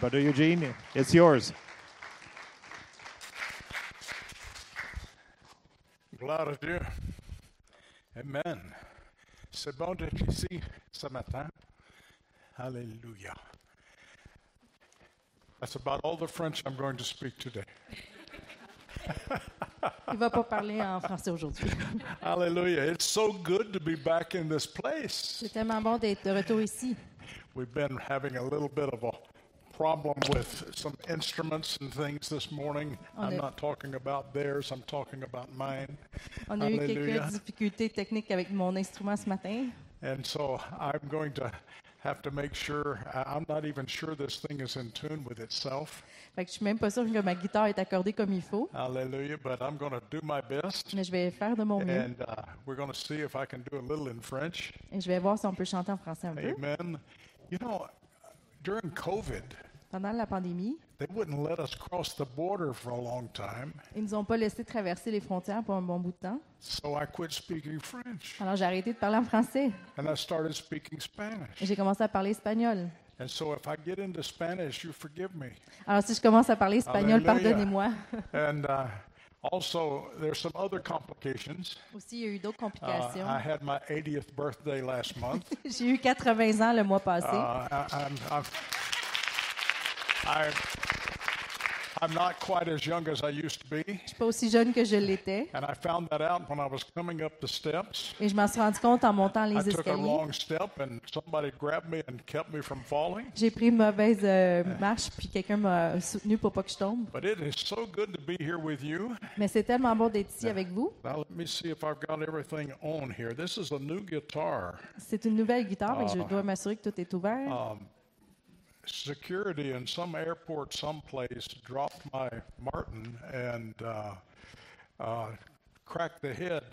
Brother Eugene, it's yours. Gloire à Dieu. Amen. C'est bon d'être ici ce matin. Hallelujah. That's about all the French I'm going to speak today. Il va pas parler en français aujourd'hui. Hallelujah. It's so good to be back in this place. C'est tellement bon d'être de retour ici. We've been having a little bit of a problem with some instruments and things this morning. On I'm est- not talking about theirs, I'm talking about mine. On a eu quelques Hallelujah. difficultés techniques avec mon instrument ce matin. And so I'm going to have to make sure, I- I'm not even sure this thing is in tune with itself. Fait que je suis même pas sûre que ma guitare est accordée comme il faut, Hallelujah. But I'm going to do my best. mais je vais faire de mon mieux And uh, we're going to see if I can do a little in French. et je vais voir si on peut chanter en français un peu. Amen. You know, during COVID, Pendant la pandémie, they wouldn't let us cross the border for a long time. ils nous ont pas laissé traverser les frontières pour un bon bout de temps. So I quit speaking French Alors j'ai arrêté de parler en français and I started speaking Spanish. et j'ai commencé à parler espagnol. And so if I get into Spanish, you forgive me. Alors si je commence à parler espagnol, Alléluia. pardonnez-moi. And uh, also, there's some other complications. Aussi, il y a eu d'autres Uh, complications. I had my 80th birthday last month. J'ai eu 80 ans le mois passé. Uh, I, I'm, I'm, I, I'm not quite as young as I used to be, Je suis pas aussi jeune que je l'étais. and I found that out when I was coming up the steps. Et je m'en suis rendu compte en montant I les took a escaliers. wrong step, and somebody grabbed me and kept me from falling. J'ai pris une mauvaise euh, marche, puis quelqu'un m'a soutenu pour pas que je tombe. But it is so good to be here with you. Mais c'est tellement bon d'être ici avec vous. Now let me see if I've got everything on here. This is a new guitar. C'est une nouvelle guitare, et je Ah. dois m'assurer que tout est ouvert. Security in some airport someplace dropped my Martin and uh, uh, cracked the head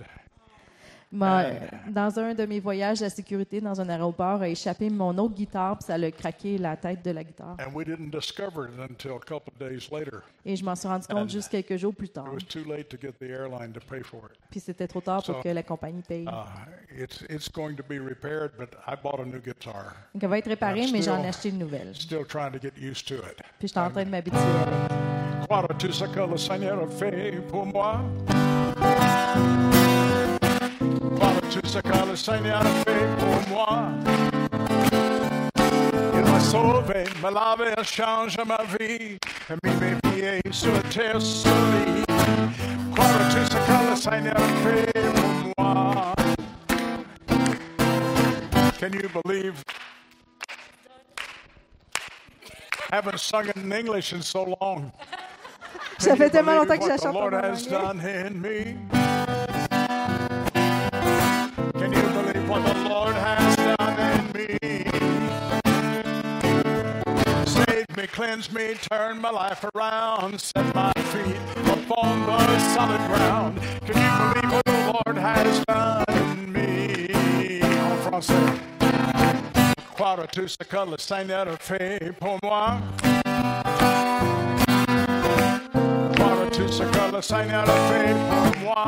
Ma- dans un de mes voyages, la sécurité dans un aéroport a échappé mon autre guitare, puis ça a craqué la tête de la guitare. And we didn't discover it until a couple of days later. Et je m'en suis rendu compte juste quelques jours plus tard. It was too late to get the airline to pay for it. Puis c'était trop tard pour que la compagnie paye. Uh, it's it's going to be repaired, but I bought a new guitar. Donc elle va être réparée, mais j'en ai acheté une nouvelle. Still trying to get used to it. Puis j'étais en train de m'habituer avec. Croire à tout ce que le Seigneur a fait pour moi. Croire à tout ce que le Seigneur a fait pour moi. Il m'a sauvé, me lavé, a changé ma vie. A mis mes pieds sur la terre solide. Croire à tout ce que le Seigneur a fait pour moi. Can you believe? Haven't sung it in English in so long. Ça fait Can you tellement longtemps believe que je la what the chante pas Lord en has anglais. done in me? Can you believe what the Lord has done in me? Saved me, cleansed me, turned my life around, set my feet upon the solid ground. Can you believe what the Lord has done in me? En français. Croire à tout ce que le Seigneur a fait pour moi. Croire à tout ce que le Seigneur a fait pour moi.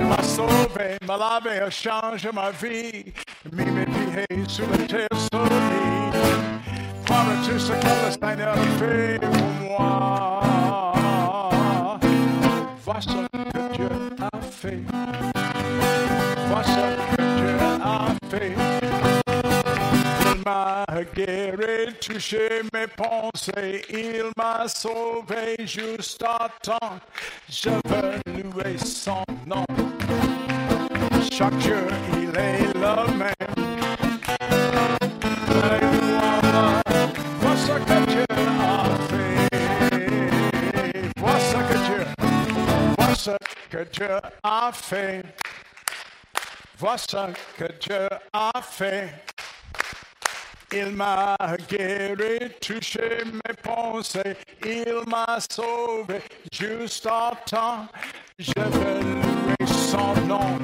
Il m'a sauvé, m'a lavé, a changé ma vie. Mis mes pieds sur le terre solide. Croire à tout ce que le Seigneur a fait pour moi. Vois ce que Dieu a fait. Vois ce que Dieu a fait. Il m'a guéri, touché mes pensées, il m'a sauvé juste à temps. Je veux louer son nom. Chaque jour, il est le même. Alléluia. Vois ce que Dieu a fait. Vois ce que Dieu, vois ce que Dieu a fait. Vois ce que Dieu a fait. Il m'a guéri, touché mes pensées, il m'a sauvé juste à temps. Je veux louer son nom.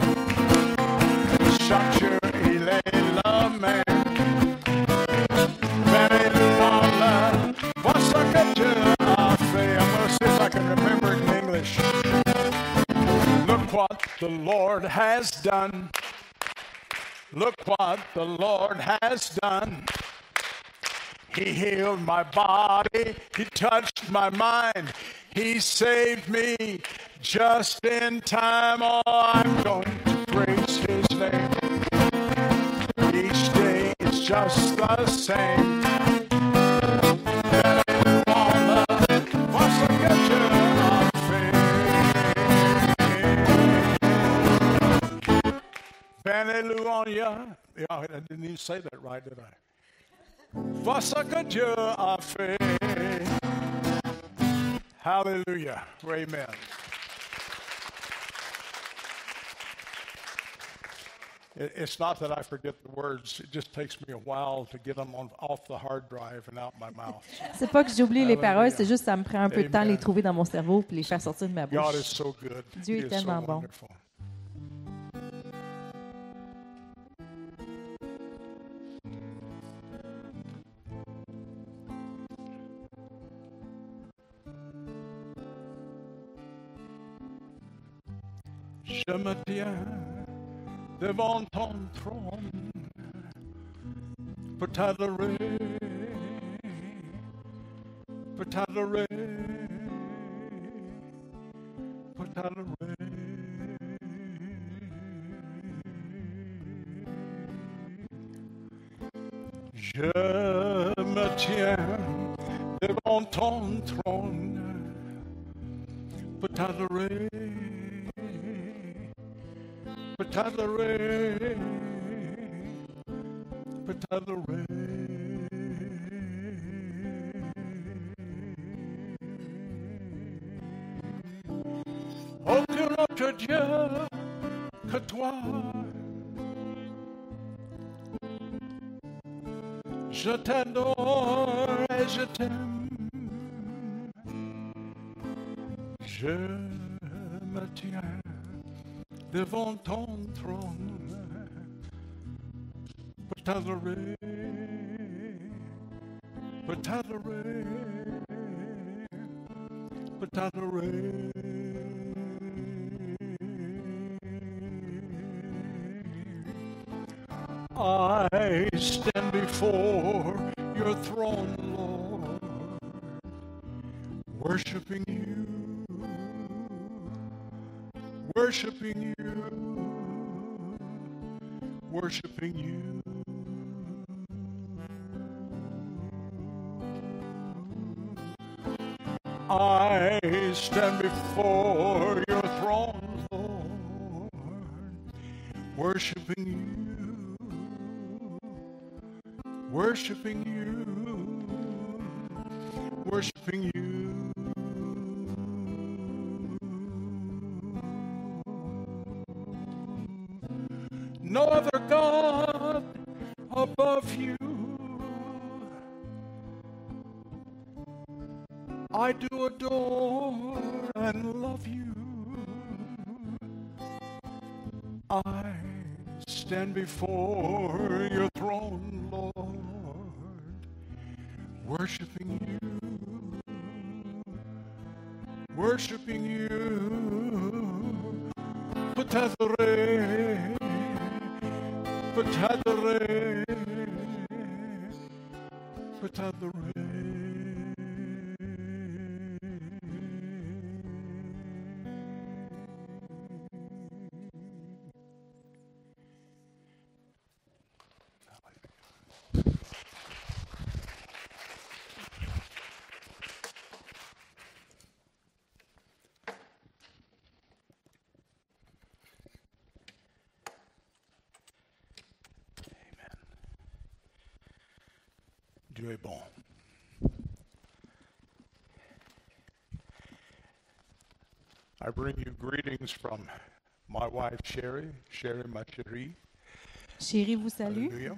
Chaque jour, il est le même. Bénis-le, vois ce que Dieu a fait. I'm gonna see if I can remember it in English. Look what the Lord has done. Look what the Lord has done. He healed my body. He touched my mind. He saved me just in time. Oh, I'm going to praise his name. Each day is just the same. Once I get you off it. Hallelujah. Yeah, I didn't even say that right, did I? Vossa Dieu a fait. Hallelujah. Amen. It- It's not that I forget the words, it just takes me a while to get them on, off the hard drive and out my mouth. C'est pas que j'oublie les paroles, c'est juste que ça me prend un peu de temps à les Amen. trouver dans mon cerveau puis les faire sortir de ma God is bouche. so good. Dieu He est is so tellement bon. wonderful. Je me tiens devant ton trône pour t'adorer, pour t'adorer put out of Je me tiens devant ton trône pour t'adorer, pour t'adorer, pour t'adorer. Aucun autre Dieu que toi. Je t'adore et je t'aime. Je me tiens devant ton trône pour t'adorer, pour t'adorer but t'adorer. I stand before your throne, Lord, worshiping you, worshiping you, worshiping you. I stand before your throne, Lord, worshiping you, worshiping you, worshiping you. No other God above you. I do adore and love you. I stand before your throne, Lord, worshiping you, worshiping you. Patadere, patadere, Dieu est bon. I bring you greetings from my wife Sherry, Sherry ma chérie. Chérie vous salue. Hallelujah.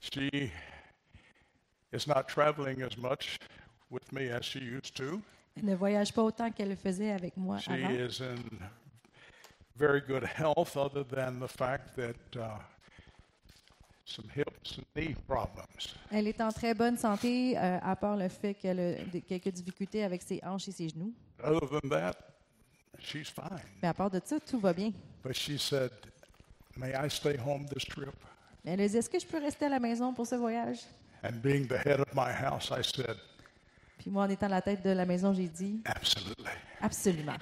She is not traveling as much with me as she used to. Elle ne voyage pas autant qu'elle le faisait avec moi She avant. is in very good health, other than the fact that uh, some hips and knee problems. Elle est en très bonne santé, euh, à part le fait qu'elle a des- quelques difficultés avec ses hanches et ses genoux. Other than that, she's fine. Mais à part de ça, tout va bien. But she said, May I stay home this trip? Mais Elle a dit, est-ce que je peux rester à la maison pour ce voyage? And being the head of my house, I said, Puis moi, en étant la tête de la maison, j'ai dit absolutely. absolument.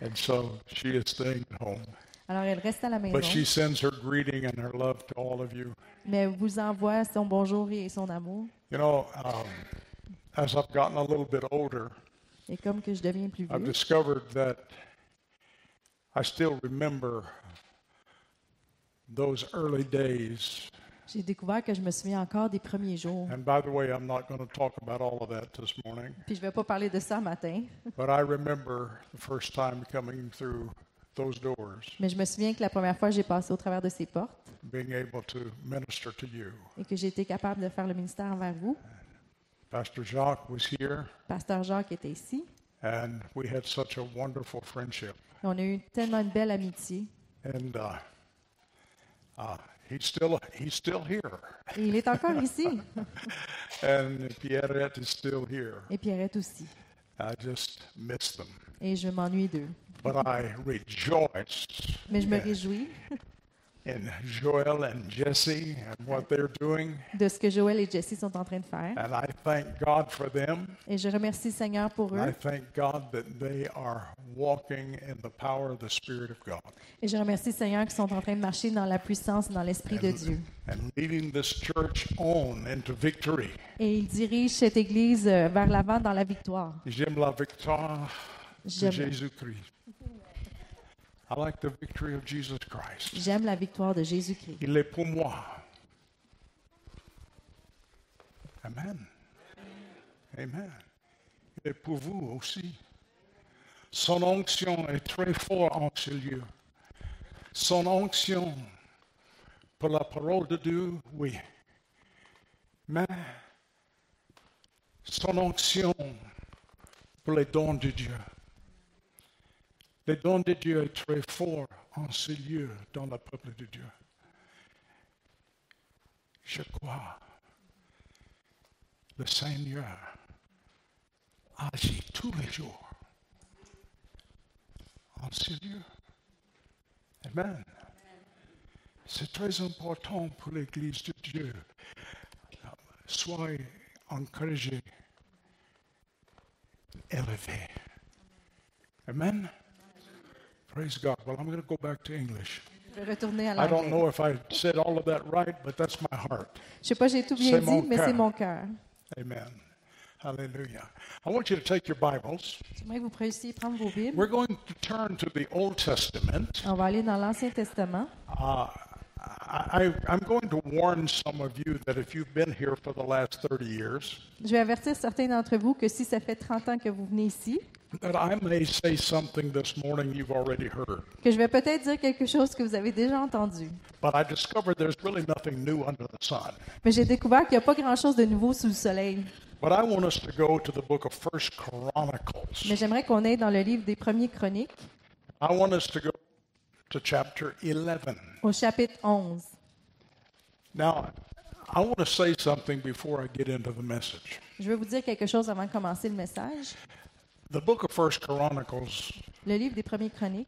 And so she is staying at home. Alors, elle reste à la But she maison, sends her greeting and her love to all of you. mais elle vous envoie son bonjour et son amour. You know, um, as I've gotten a little bit older, Et comme que je deviens plus I've vieux, discovered that I still remember those early days. j'ai découvert que je me souviens encore des premiers jours. And by the way, I'm not going to talk about all of that this morning, Puis je vais pas parler de ça ce matin, but I remember the first time coming through those doors, mais je me souviens que la première fois, j'ai passé au travers de ces portes being able to minister to you. et que j'ai été capable de faire le ministère envers vous. Pastor Jacques was here, Pasteur Jacques était ici. and we had such a wonderful friendship. On a eu tellement une belle amitié. And uh, uh, he's still he's still here, Et il est encore ici. and Pierrette is still here. Et Pierrette aussi. I just miss them, Et je m'ennuie d'eux. but I rejoice Mais je me réjouis in Joel and Jesse and what they're doing, de ce que Joël et Jessie sont en train de faire. and I thank God for them. Et je remercie le Seigneur pour I eux. thank God that they are walking in the power of the Spirit of God Et je remercie le Seigneur qui sont en train de marcher dans la puissance, dans l'Esprit de Dieu. and leading this church on into victory. Et ils dirigent cette Église euh, vers l'avant dans la victoire. J'aime la victoire de J'aime- Jésus-Christ. I like the victory of Jesus Christ. J'aime la victoire de Jésus-Christ. Il est pour moi. Amen. Amen. Il est pour vous aussi. Son onction est très forte en ce lieu. Son onction pour la parole de Dieu, oui. Mais son onction pour les dons de Dieu. Les dons de Dieu est très fort en ce lieu dans le peuple de Dieu. Je crois. Le Seigneur agit tous les jours en ce lieu. Amen. C'est très important pour l'Église de Dieu. Soyez encouragés, élevés. Amen. Praise God. Well, I'm going to go back to English. Je vais retourner à I don't l'anglais. know if I said all of that right, but that's my heart. Je sais pas, j'ai tout bien C'est mon dit, mais cœur. c'est mon cœur. Amen. Hallelujah. I want you to take your Bibles. J'aimerais que vous puissiez prendre vos Bibles. We're going to turn to the Old Testament. On va aller dans l'Ancien Testament. Uh, I, I- I'm going to warn some of you that if you've been here for the last 30 years, Je vais avertir certains d'entre vous que si ça fait 30 ans que vous venez ici, that I may say something this morning you've already heard. que je vais peut-être dire quelque chose que vous avez déjà entendu. But I discovered there's really nothing new under the sun. Mais j'ai découvert qu'il n'y a pas grand-chose de nouveau sous le soleil. But I want us to go to the book of First Chronicles. Mais j'aimerais qu'on aille dans le livre des premiers chroniques, I want us to go to chapter 11. au chapitre 11. Now, I want to say something before I get into the message. Je veux vous dire quelque chose avant de commencer le message. The book of First Chronicles, Le livre des premiers chroniques,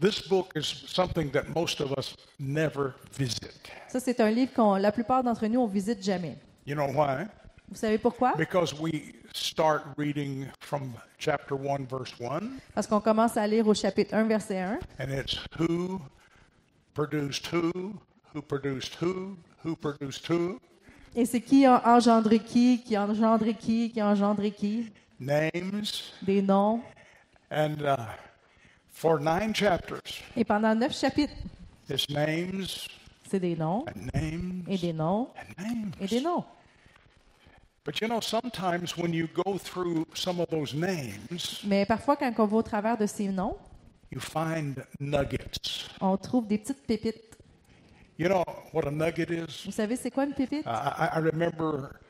this book is something that most of us never visit. ça c'est un livre qu'on, la plupart d'entre nous, on visite jamais. You know why? Vous savez pourquoi? Because we start reading from chapter 1 verse 1 Parce qu'on commence à lire au chapitre 1, verset 1. and it's who produced who, who produced who, who produced who, Et c'est qui a engendré qui, qui a engendré qui, qui a engendré qui, names des noms. and uh, for 9 chapters Et pendant neuf chapitres, it's names c'est des noms, and names et des noms, and names. et des noms. But you know, sometimes when you go through some of those names, Mais parfois, quand on va au travers de ces noms, you find nuggets. on trouve des petites pépites. You know what a nugget is? Vous savez, c'est quoi une pépite? I, I- I remember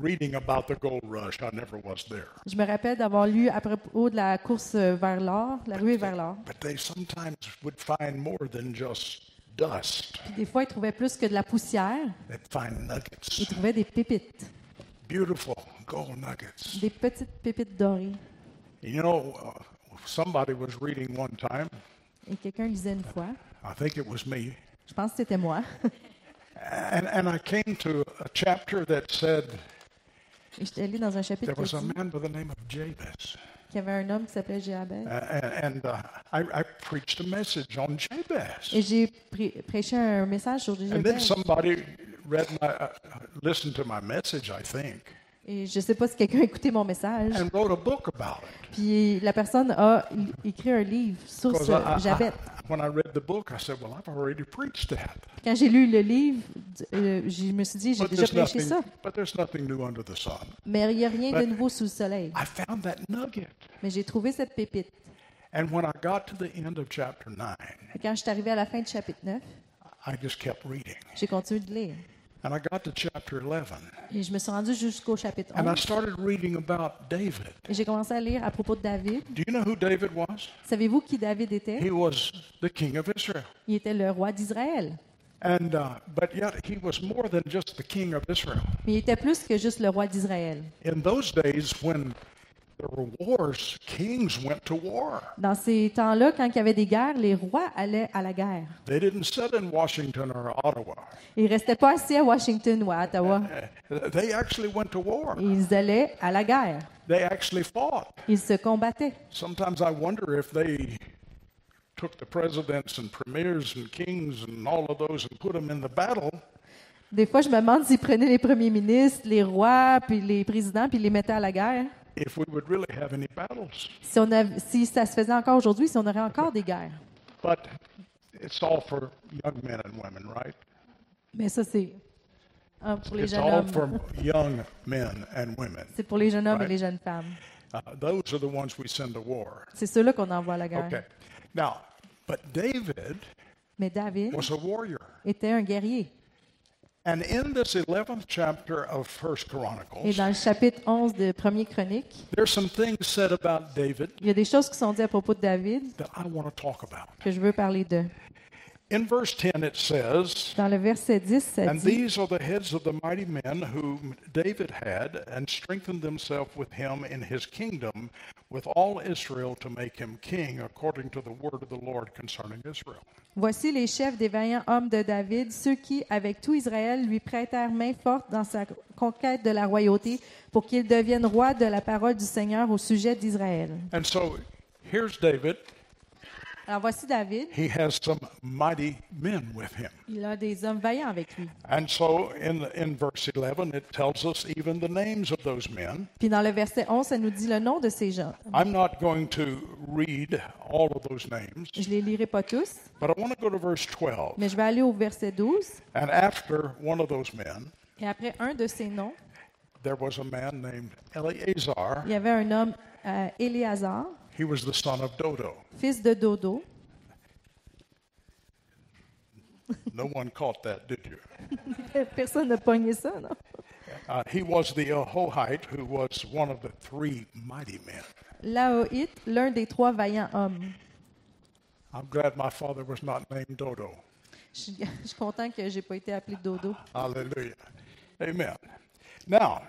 reading about the gold rush. I never was there. Je me rappelle d'avoir lu à propos de la course euh, vers l'or, la ruée vers l'or. But they sometimes would find more than just dust, Puis des fois, ils trouvaient plus que de la poussière, they'd find ils nuggets. trouvaient des pépites, Beautiful gold nuggets. des petites pépites dorées. You know, uh, somebody was reading one time, Et quelqu'un lisait une fois, I think it was me, je pense que c'était moi, And, and I came to a chapter that said Et j'étais allée dans un chapitre there qui was a dit man by the name of Jabez. qu'il y avait un homme qui s'appelait Jabez. Uh, and and uh, I, I preached a message on Et Jabez. j'ai pré- prêché un message sur And then Jabez. somebody read my, uh, listened to my message, I think, Et je sais pas si quelqu'un a écouté mon message. and wrote a book about it. Puis la personne a l- écrit un livre sur Because ce I- I- Jabez. I- when I read the book, I said, "Well, I've already preached that." Quand j'ai lu le livre, d- euh, je me suis dit, j'ai But déjà there's, prêché nothing, ça. but there's nothing new under the sun. Mais il n'y a rien de But- nouveau sous le soleil. I found that nugget. Mais j'ai trouvé cette pépite. And when I got to the end of chapter 9, Et Quand je suis arrivée à la fin du chapitre 9, I just kept reading. j'ai continué de lire. And I got to chapter 11, Et je me suis rendue jusqu'au chapitre and I 11. started reading about David. Et j'ai commencé à lire à propos de David. Do you know who David was? Savez-vous qui David était? He was the king of Israel. Il était le roi d'Israël. And uh, but yet he was more than just the king of Israel. Mais il était plus que juste le roi d'Israël. In those days when there were wars, kings went to war. Dans ces temps-là, quand il y avait des guerres, les rois allaient à la guerre. They didn't sit in Washington or Ottawa. Ils ne restaient pas assis à Washington ou à Ottawa. Uh, They actually went to war. Ils allaient à la guerre. They actually fought. Ils se combattaient. Sometimes I wonder if they took the presidents and premiers and kings and all of those and put them in the battle Des fois, je me demande s'ils prenaient les premiers ministres, les rois, puis les présidents, puis ils les mettaient à la guerre. if we would really have any battles. Si, on av- si ça se faisait encore aujourd'hui, si on aurait encore des guerres. But it's all for young men and women, right? Mais ça, c'est ah, pour les It's jeunes all hommes. for young men and women. C'est pour les jeunes hommes et Right. les jeunes femmes. Uh, those are the ones we send to war. C'est ceux-là qu'on envoie à la guerre. Okay. Now, but David Mais David was a warrior. était un guerrier. And in this 11th chapter of First Et Chronicles, dans le chapitre 11 de 1er Chronique, there's some things said about David il y a des choses qui sont dites à propos de David that I want to talk about. que je veux parler d'eux. In verse 10, it says, Dans le verset 10, ça And dit these are the heads of the mighty men whom David had, and strengthened themselves with him in his kingdom, with all Israel to make him king, according to the word of the Lord concerning Israel. Voici les chefs des vaillants hommes de David, ceux qui, avec tout Israël, lui prêtèrent main forte dans sa conquête de la royauté pour qu'il devienne roi de la parole du Seigneur au sujet d'Israël. And so here's David. Alors voici David, He has some mighty men with him. il a des hommes vaillants avec lui. And so in, in verse 11, it tells us even the names of those men. Puis dans le verset 11, ça nous dit le nom de ces gens. I'm not going to read all of those names, Je les lirai pas tous, but I want to go to verse 12. mais je vais aller au verset 12. And after one of those men, Et après un de ces noms, there was a man named Eleazar. il y avait un homme, euh, Éléazar, He was the son of Dodo. fils de Dodo. No one caught that, did you? Personne n'a pogné ça, non? Uh, he was the Ahohite, who was one of the three mighty men. Laoït, l'un des trois vaillants hommes. I'm glad my father was not named Dodo. Je suis, je suis content que j'ai pas été appelé Dodo. Hallelujah. Amen. Now,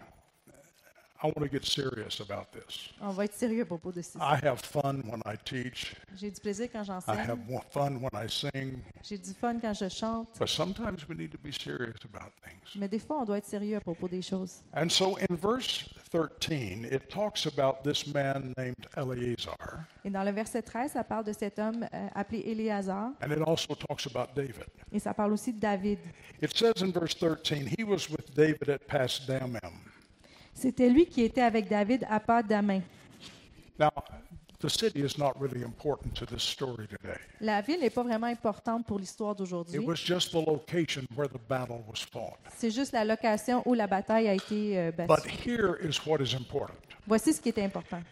I want to get serious about this. On va être sérieux à propos de ça. I have fun when I teach. J'ai du plaisir quand I j'enseigne. have more fun when I sing. J'ai du fun quand je chante. But sometimes we need to be serious about things. Mais des fois, on doit être sérieux à propos des choses. And so in verse 13, it talks about this man named Eleazar. Et dans le verset 13, ça parle de cet homme euh, appelé Éléazar. And it also talks about David. Et ça parle aussi de David. It says in verse 13, he was with David at Pasdamim. C'était lui qui était avec David à pas d'Amin. Now, the city is not really important to this story today. La ville n'est pas vraiment importante pour l'histoire It d'aujourd'hui. was just the location where the battle was fought. C'est juste la location où la bataille a été euh, But battue. here is what is important. Voici ce qui est important.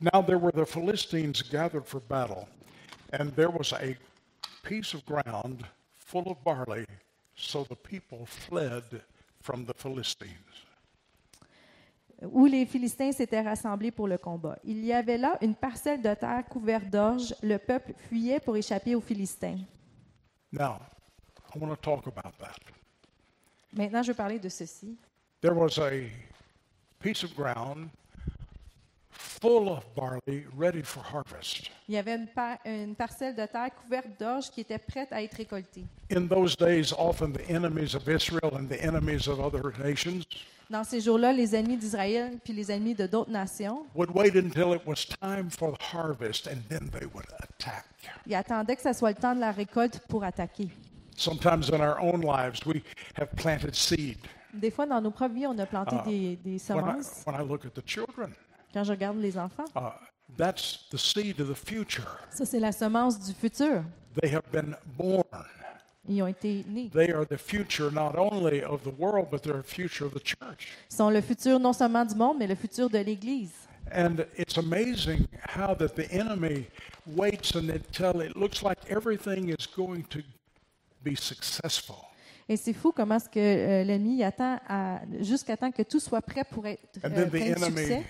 Now, there were the Philistines gathered for battle, and there was a piece of ground full of barley, so the people fled from the Philistines. où les Philistins s'étaient rassemblés pour le combat. Il y avait là une parcelle de terre couverte d'orge. Le peuple fuyait pour échapper aux Philistins. Now, I want to talk about that. Maintenant, je veux parler de ceci. There was a piece of ground full of barley, ready for harvest. Il y avait une, par- une parcelle de terre couverte d'orge qui était prête à être récoltée. In those days, often the enemies of Israel and the enemies of other nations Dans ces jours-là, les ennemis d'Israël puis les ennemis de d'autres nations, would wait until it was time for the harvest and then they would attack. ils attendaient que ça soit le temps de la récolte pour attaquer. Sometimes in our own lives, we have planted seed. Des fois, dans nos propres vies, on a planté des, des When I, semences. when I look at the children, Quand je regarde les enfants, uh, that's the seed of the future. ça, c'est la semence du futur. They have been born. Ils ont été nés. They are the future not only of the world, but they're the future of the church. Ils sont le futur non seulement du monde, mais le futur de l'Église. And it's amazing how that the enemy waits and until it looks like everything is going to be successful. Et c'est fou comment est-ce que euh, l'ennemi il attend à- jusqu'à temps que tout soit prêt pour être And euh, then the plein de succès. enemy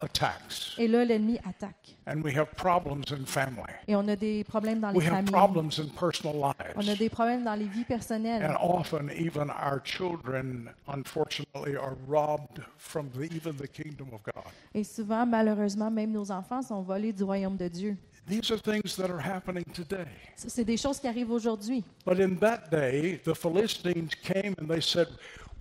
attacks. Et là, l'ennemi attaque. And we have problems in family. Et on a des problèmes dans les We have familles. problems in personal On a lives. des problèmes dans les vies And personnelles. often even our children, unfortunately, are robbed from the, even the kingdom of God. Et souvent, malheureusement, même nos enfants sont volés du royaume de Dieu. These are things that are happening today. Ça, c'est des choses qui arrivent aujourd'hui. But in that day, the Philistines came and they said,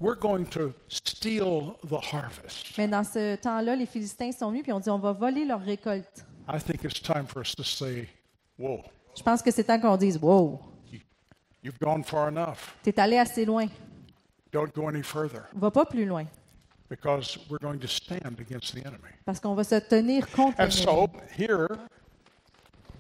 We're going to steal the harvest. Mais dans ce temps-là, les Philistins sont venus et ont dit on va voler leur récolte. I think it's time for us to say, Whoa, Je pense que c'est temps qu'on dise Wow, you- you've gone far enough. t'es allé assez loin. Don't go any further Va pas plus loin. because we're going to stand against the enemy. Parce qu'on va se tenir contre. And l'ennemi. so here,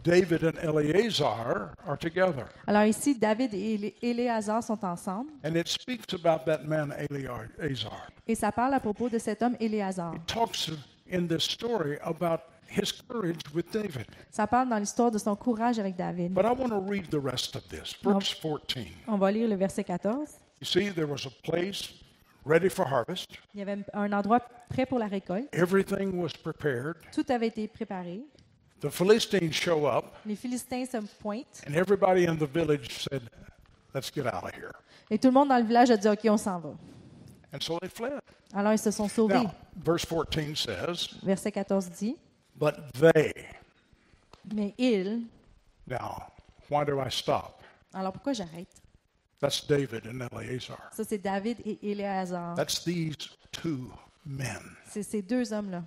David and Eleazar are together. Alors ici, David et Élé- Éléazar sont ensemble. And it speaks about that man, Eleazar. Et ça parle à propos de cet homme Éléazar. Talks in this story about his courage with David. Ça parle dans l'histoire de son courage avec David. But I want to read the rest of this. Verse 14. On va lire le verset 14. You see, there was a place ready for harvest, Il y avait un endroit prêt pour la récolte. everything was prepared. Tout avait été préparé. The Philistines show up, Les Philistins se pointent. and everybody in the village said, Let's get out of here. Et tout le monde dans le village a dit OK, on s'en va. And so they fled. Alors ils se sont sauvés. Now, verse 14 says, Verset 14 dit But they. Mais ils. Now, why do I stop? Alors pourquoi j'arrête That's David and Eleazar. Ça, c'est David et Éléazar. That's these two men. C'est ces deux hommes-là.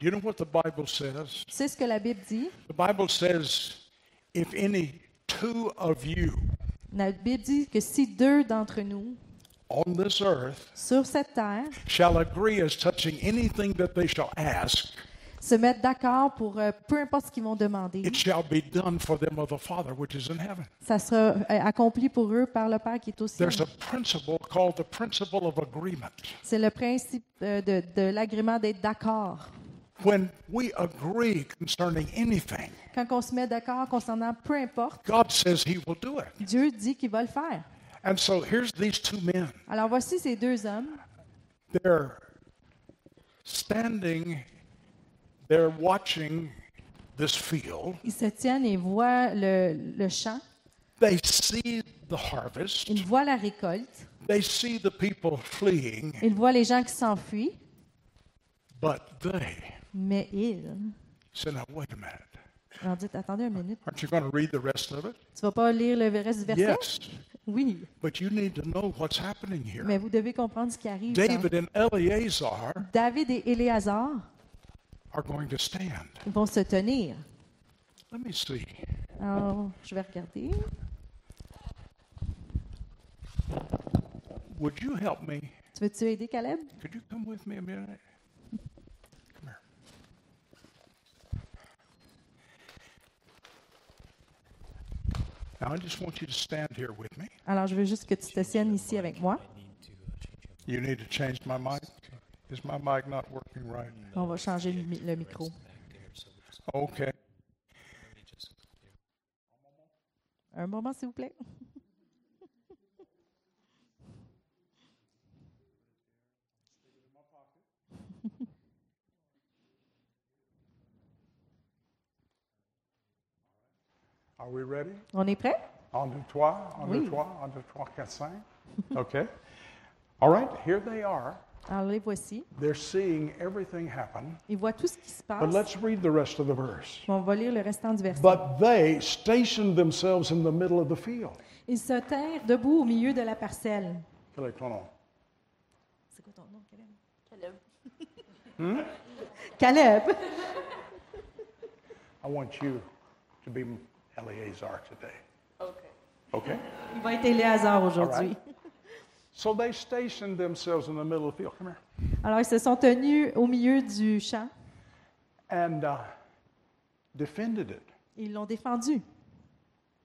Do you know what the Bible says? Tu sais ce que la Bible dit The Bible says, if any two of you La Bible dit que si deux d'entre nous, on this earth sur cette terre, shall agree as touching anything that they shall ask, se mettent d'accord pour euh, peu importe ce qu'ils vont demander, it shall be done for them of the Father which is in heaven. ça sera euh, accompli pour eux par le Père qui est au ciel. There's a principle called the principle of agreement. C'est le principe euh, de, de l'agrément d'être d'accord. When we agree concerning anything, Quand on se met d'accord concernant peu importe, God says He will do it. Dieu dit qu'il va le faire. And so here's these two men. Alors voici ces deux hommes. They're standing, they're watching this field. Ils se tiennent et voient le, le champ. They see the harvest, Ils voient la récolte. they see the people fleeing, Ils voient les gens qui s'enfuient. but they Mais ils. say, Now, wait a minute. Alors dites, attendez une minute. Aren't you going to read the rest of it? Tu vas pas lire le reste du verset? Yes, Oui. but you need to know what's happening Mais here. vous devez comprendre ce qui arrive. hein. David and Eleazar David et Éléazar are going to stand. vont se tenir. Let me see. Alors, je vais regarder. Would you help me? Tu veux-tu aider Caleb? Could you come with me a minute? Come here. Now, I just want you to stand here with me. Alors, je veux juste que tu te tiennes ici avec moi. You need to change my mic. Is my mic not working right? On va changer le, mi- le micro. Okay. Un moment, s'il vous plaît. Are we ready? On est prêt? En deux, trois, en deux, Oui. trois, en deux, trois, quatre, cinq. Okay. All right, here they are. Alors les voici. They're seeing everything happen. Ils voient tout ce qui se But passe. let's read the rest of the verse. On va lire le restant du verset. But they stationed themselves in the middle of the field. Ils se tinrent debout au milieu de la parcelle. Kelly, come on. C'est quoi ton nom, Caleb? Caleb. Caleb. I want you to be Eleazar today. Okay. Okay? Il va être Éléazar aujourd'hui. So they stationed themselves in the middle of the field. Come here. Alors, ils se sont tenus au milieu du champ. And uh, defended it. Ils l'ont défendu.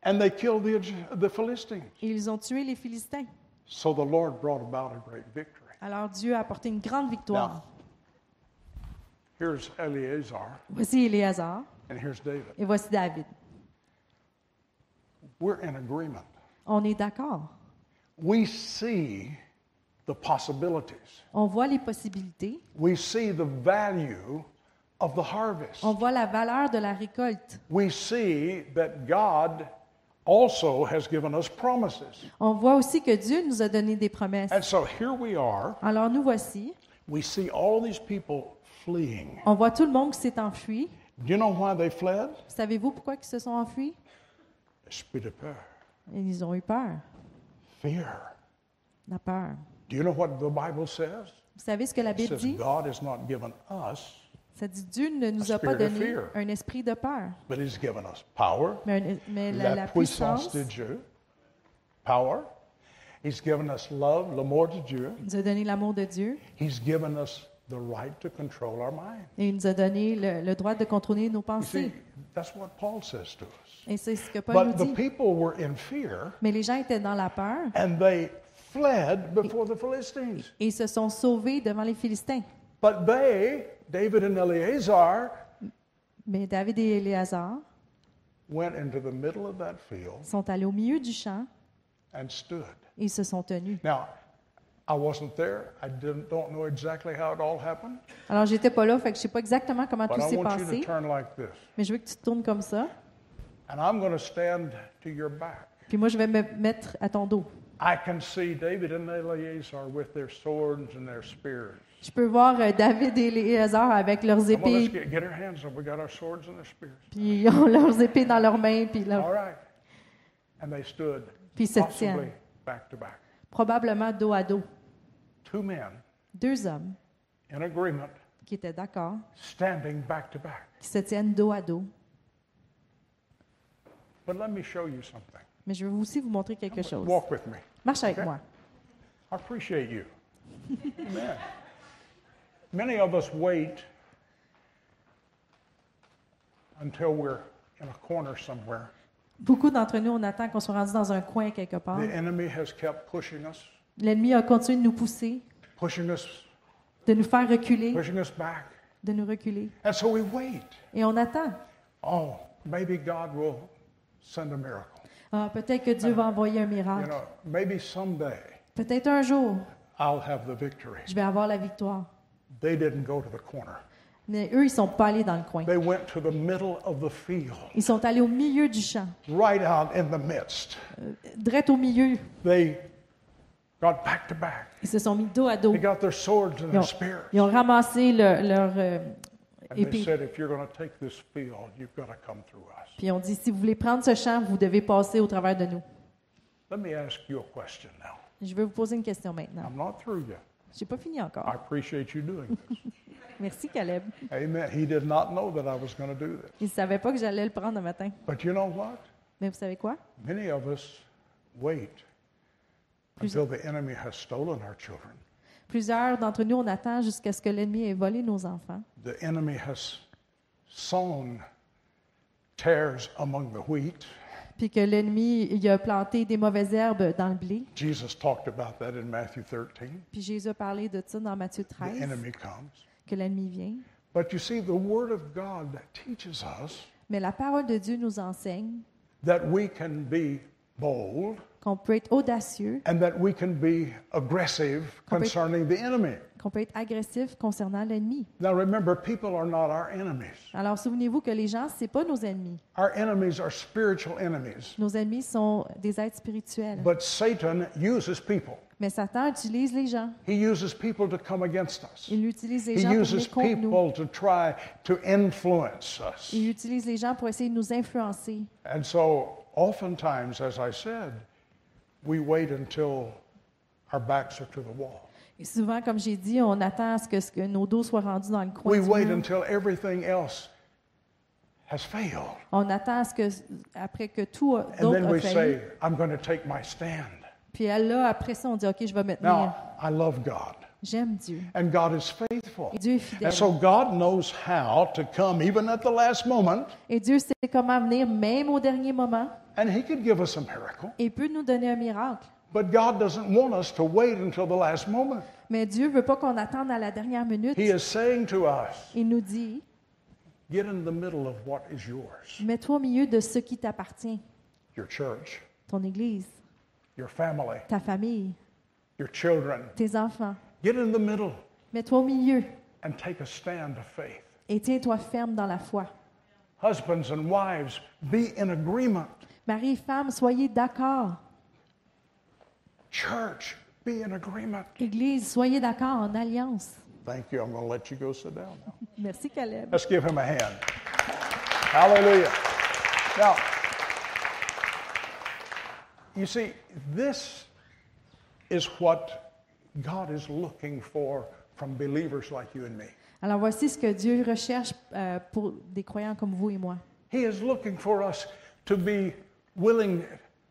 And they killed the, the Philistines. Et Ils ont tué les Philistins. So the Lord brought about a great victory. Alors, Dieu a apporté une grande victoire. Now, here's Eleazar, Voici Éléazar and here's David. et voici David. We're in agreement. On est d'accord. We see the possibilities, On voit les possibilités. we see the value of the harvest. On voit la valeur de la récolte. We see that God also has given us promises. On voit aussi que Dieu nous a donné des promesses. And so here we are. Alors, nous voici. We see all these people fleeing. On voit tout le monde qui s'est enfui. Do you know why they fled? Savez-vous pourquoi ils se sont enfuis? Esprit de peur, Ils ont eu peur. fear. La peur. Do you know what the Bible says? Vous savez ce que la It Bible says dit? God has not given us, Ça dit Dieu ne nous a A pas spirit of donné fear. un esprit de peur, but He's given us power, mais, un- mais la, la, la puissance puissance. de Dieu, power. He's given us love, l'amour de Dieu. Il nous a donné l'amour de Dieu He's given us the right to control our mind. et il nous a donné le, le droit de contrôler nos You see, pensées. that's what Paul says to us. Et c'est ce que Paul But the nous dit. people were in fear Mais les gens étaient dans la peur and they fled before the Philistines. et ils se sont sauvés devant les Philistins. But they, David and Eleazar, Mais David et Éléazar went into the middle of that field sont allés au milieu du champ and stood. et ils se sont tenus. Now, I wasn't there. I didn't, don't know exactly how it all happened. Alors, j'étais pas là, fait que je sais pas exactement comment But tout I s'est want you to passé, turn like this. mais je veux que tu te tournes comme ça. And I'm going to stand to your back. Puis moi, je vais me mettre à ton dos. I can see David and Eleazar with their swords and their spears. Je peux voir euh, David et Éléazar avec leurs Come on, let's épées get, get our hands up. We got our swords and our spears. Puis ils ont leurs épées dans leurs mains, puis, leur- All right. And they stood puis ils se possibly tiennent, back to back. probablement dos à dos. Two men Deux hommes in agreement, qui étaient d'accord, standing back to back. qui se tiennent dos à dos. But let me show you something. Mais je veux aussi vous montrer quelque chose. Walk with me. Marche avec Ah, Ok. moi. I appreciate you. Amen. Many of us wait until we're in a corner somewhere. Beaucoup d'entre nous, on attend qu'on soit rendu dans un coin quelque part. The enemy has kept pushing us, L'ennemi a continué de nous pousser, pushing us, de nous faire reculer, pushing us back. de nous reculer. And so we wait. Et on attend. Oh, maybe God will send a miracle. Ah, peut-être que Dieu va envoyer un You miracle. know, maybe someday Peut-être un jour, I'll have the victory. je vais avoir la victoire. They didn't go to the corner. Mais eux, ils sont pas allés dans le coin. They went to the middle of the field, Ils sont allés au milieu du champ, right out in the midst. direct au milieu. They got back to back. Ils se sont mis dos à dos. They got their swords and Ils their ont, spears. ils ont ramassé le- leur euh, And they épée. said, if you're going to take this field, you've got to come through us. Puis on dit, si vous voulez prendre ce champ, vous devez passer au travers de nous. Let me ask you a question now. Je veux vous poser une question maintenant. I'm not through yet. Je n'ai pas fini I encore. appreciate you doing this. Merci, Caleb. Amen. He did not know that I was going to do this. Il ne savait pas que j'allais le prendre le matin. But you know what? Mais vous savez quoi? Many of us wait until the enemy has stolen our children. Plusieurs d'entre nous, on attend jusqu'à ce que l'ennemi ait volé nos enfants. The enemy has sown tares among the wheat. Puis que l'ennemi il a planté des mauvaises herbes dans le blé. Jesus talked about that in Matthew 13. Puis Jésus a parlé de ça dans Matthieu The 13, enemy comes. que l'ennemi vient. But you see, the Word of God teaches us Mais la parole de Dieu nous enseigne that we can be bold qu'on peut être audacieux, and that we can be aggressive Compet- concerning the enemy. qu'on peut être agressif concernant l'ennemi. Now remember, people are not our enemies. Alors souvenez-vous que les gens, c'est pas nos ennemis. Our enemies are spiritual enemies. Nos ennemis sont des êtres spirituels. But Satan uses people. Mais Satan utilise les gens. He uses people to come against us. Il utilise les He gens pour uses venir contre nous. people to try to influence us. Il utilise les gens pour essayer de nous influencer. And so, oftentimes, as I said, we wait until our backs are to the wall. Et souvent, comme j'ai dit, on attend à ce que, ce que nos dos soient rendus dans le coin. We du wait mur. until everything else has failed. On attend à ce que, après que tout a- And d'autre then a we failli. say, I'm going to take my stand. Puis là, après ça, on dit, OK, je vais maintenir. Now, I love God, J'aime Dieu. and God is faithful. Et Dieu est fidèle. And so, God knows how to come even at the last moment, Et Dieu sait comment venir, même au dernier moment, and He could give us a miracle. et peut nous donner un miracle. But God doesn't want us to wait until the last moment. Mais Dieu veut pas qu'on attende à la dernière minute. He is saying to us, Il nous dit, get in the middle of what is yours mets-toi au milieu de ce qui t'appartient, your church, ton Église, your family, ta famille, your children. tes enfants. Get in the middle Mets-toi au milieu and take a stand of faith. et tiens-toi ferme dans la foi. Husbands and wives, be in agreement. Marie et femme, soyez d'accord. Church, be in agreement. Église, soyez d'accord en alliance. Thank you. I'm going to let you go sit down now. Merci Caleb. Let's give him a hand. Hallelujah. Now, you see, this is what God is looking for from believers like you and me. Alors voici ce que Dieu recherche euh, pour des croyants comme vous et moi. He is looking for us to be willing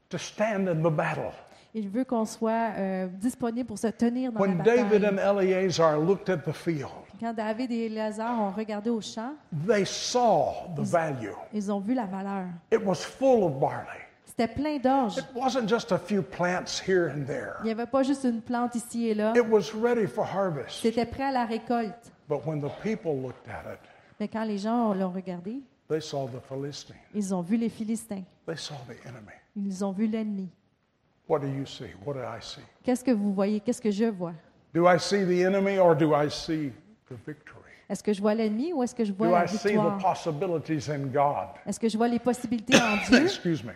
to stand in the battle. Il veut qu'on soit euh, disponible pour se tenir dans When la bataille. David and Eleazar looked at the field, Quand David et Lazare ont regardé au champ, they saw the value. ils ont vu la valeur. It was full of barley. C'était plein d'orge. It wasn't just a few plants here and Il there. n'y avait pas juste une plante ici et là. It was ready for harvest. C'était prêt à la récolte. But when the people looked at it, Mais quand les gens l'ont regardé, they saw the Philistine. ils ont vu les Philistins. They saw the enemy. Ils ont vu l'ennemi. What do you see? What do I see? Qu'est-ce que vous voyez? Qu'est-ce que je vois? Do I see the enemy or do I see the victory? Est-ce que je vois l'ennemi ou est-ce que je vois Do la I see the victoire? possibilities in God? Est-ce que je vois les possibilités en Dieu? Excuse me.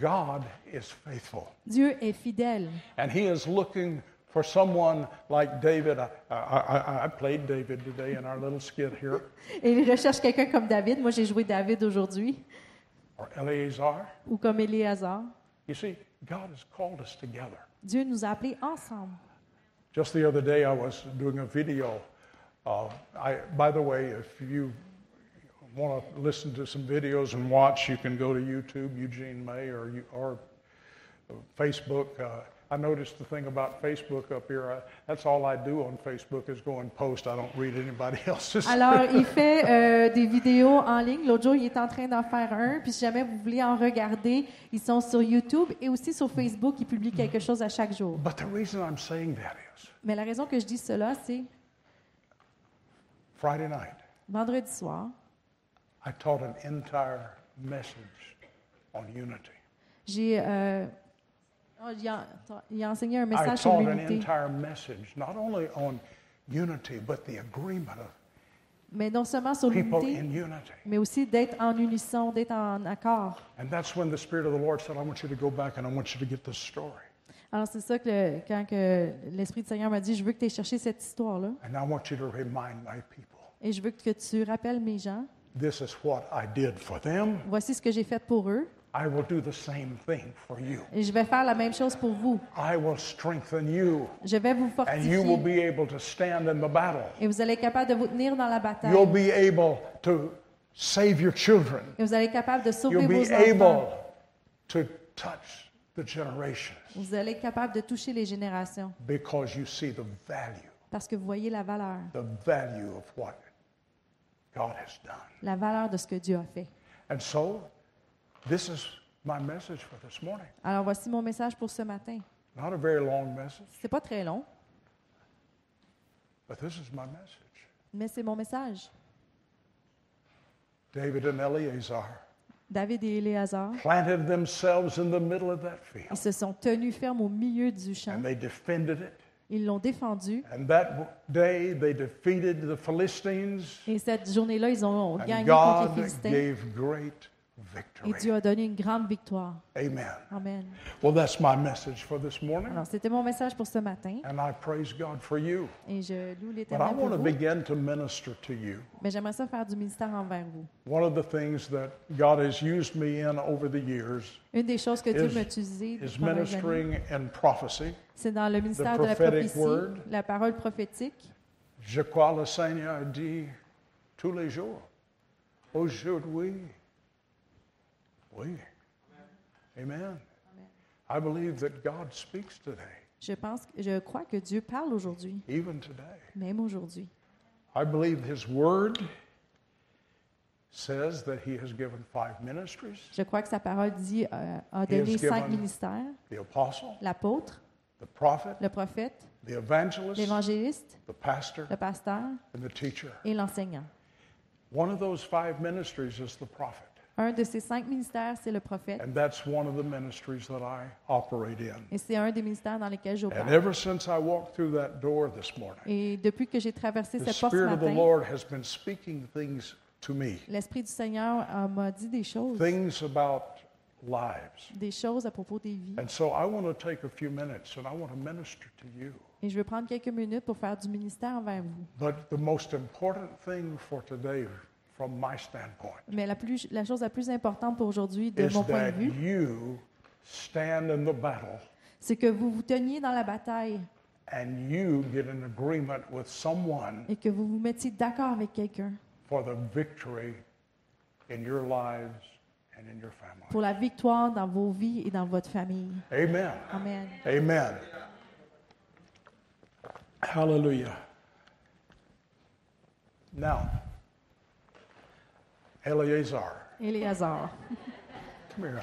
God is faithful. Dieu est fidèle. And he is looking for someone like David. I, I, I, I played David today in our little skit here, Et il recherche quelqu'un comme David. Moi, j'ai joué David aujourd'hui. or Eleazar. Ou comme Éléazar. You see, God has called us together. Dieu nous a appelés ensemble. Just the other day, I was doing a video. Uh, I, by the way, if you want to listen to some videos and watch, you can go to YouTube, Eugene May, or, you, or Facebook. Uh, I noticed the thing about Facebook up here. I, that's all I do on Facebook is go and post. I don't read anybody else's. Alors, il fait euh, des vidéos en ligne. L'autre jour, il est en train d'en faire un. Puis, si jamais vous voulez en regarder, ils sont sur YouTube et aussi sur Facebook. Il publie quelque chose à chaque jour. But the reason I'm saying that is Mais la raison que je dis cela, c'est Friday night, vendredi soir, I taught an entire message on unity. j'ai. euh, oh, il, a, il a enseigné un I message sur taught an l'unité. entire message, not only on unity, but the agreement of Mais non seulement sur people l'unité, in unity. mais aussi d'être en unisson, d'être en accord. And that's when the Spirit of the Lord said, I want you to go back and I want you to get this story. Alors, c'est ça que le- quand que l'Esprit du Seigneur m'a dit Je veux que tu aies cherché cette histoire-là And I want you to remind my people et je veux que tu rappelles mes gens. this is what I did for them. Voici ce que j'ai fait pour eux. I will do the same thing for you. Et je vais faire la même chose pour vous. I will strengthen you, Je vais vous and you will fortifier. be able to stand in the battle. Et vous allez être capable de vous tenir dans la bataille. You'll be able to save your children. Et vous allez être capable de sauver You'll vos be enfants. able to touch the generations Vous allez être capable de toucher les générations because you see the value. parce que vous voyez la valeur, the value of what God has done. la valeur de ce que Dieu a fait. And so, this is my message for this morning. Alors voici mon message pour ce matin. Not a very long message, C'est pas très long, but this is my message. mais c'est mon message. David and Eleazar David et Éléazar, planted themselves in the middle of that ils field se sont tenus fermes au milieu du champ. and they defended it Ils l'ont défendu. And that w- day they defeated the Philistines, Et cette journée-là, ils ont and gagné contre God les Philistins. gave great Et Dieu victory. a donné une grande victoire. Amen. Amen. Well, that's my message for this morning, Alors, c'était mon message pour ce matin. and I praise God for you. Et je loue But I l'éternel pour want to vous. begin to minister to you. Mais j'aimerais ça faire du ministère envers vous. One of the things that God has used me in over the years Une des choses que Dieu Is- m'a utilisée is pendant les années, ministering and prophecy. c'est dans le ministère the de la prophetic prophétie, word. la parole prophétique. Je crois le Seigneur dit tous les jours, aujourd'hui. Oui. Amen. I believe that God speaks today, Je pense, je crois que Dieu parle aujourd'hui, even today. même aujourd'hui. I believe His Word says that He has given five ministries Je crois que sa parole dit euh, He a has donné cinq given- ministères the apostle, l'apôtre, the prophet, le prophète, the evangelist, l'évangéliste, the pastor, le pasteur and the teacher. et l'enseignant. One of those five ministries is the prophet, Un de ces cinq ministères, c'est le prophète, and that's one of the ministries that I operate in. et c'est un des ministères dans lesquels And j'opère. ever since I walked through that door this morning, Et depuis que j'ai traversé the cette porte ce Spirit of the matin, Lord has been speaking things to me, l'Esprit du Seigneur euh, m'a dit des choses, things about lives. des choses à propos des vies. And so I want to take a few minutes and I want to minister to you. Et je vais prendre quelques minutes pour faire du ministère envers vous. But the most important thing for today, from my standpoint, Mais la, plus, la chose la plus importante pour aujourd'hui, de is mon that point de vue, you stand in the battle c'est que vous vous teniez dans la bataille and you get an agreement with someone et que vous vous mettiez d'accord avec quelqu'un for the victory in your lives and in your family. pour la victoire dans vos vies et dans votre famille. Amen. Amen. Amen. Hallelujah. Now, Eleazar, Et les hasards. come here.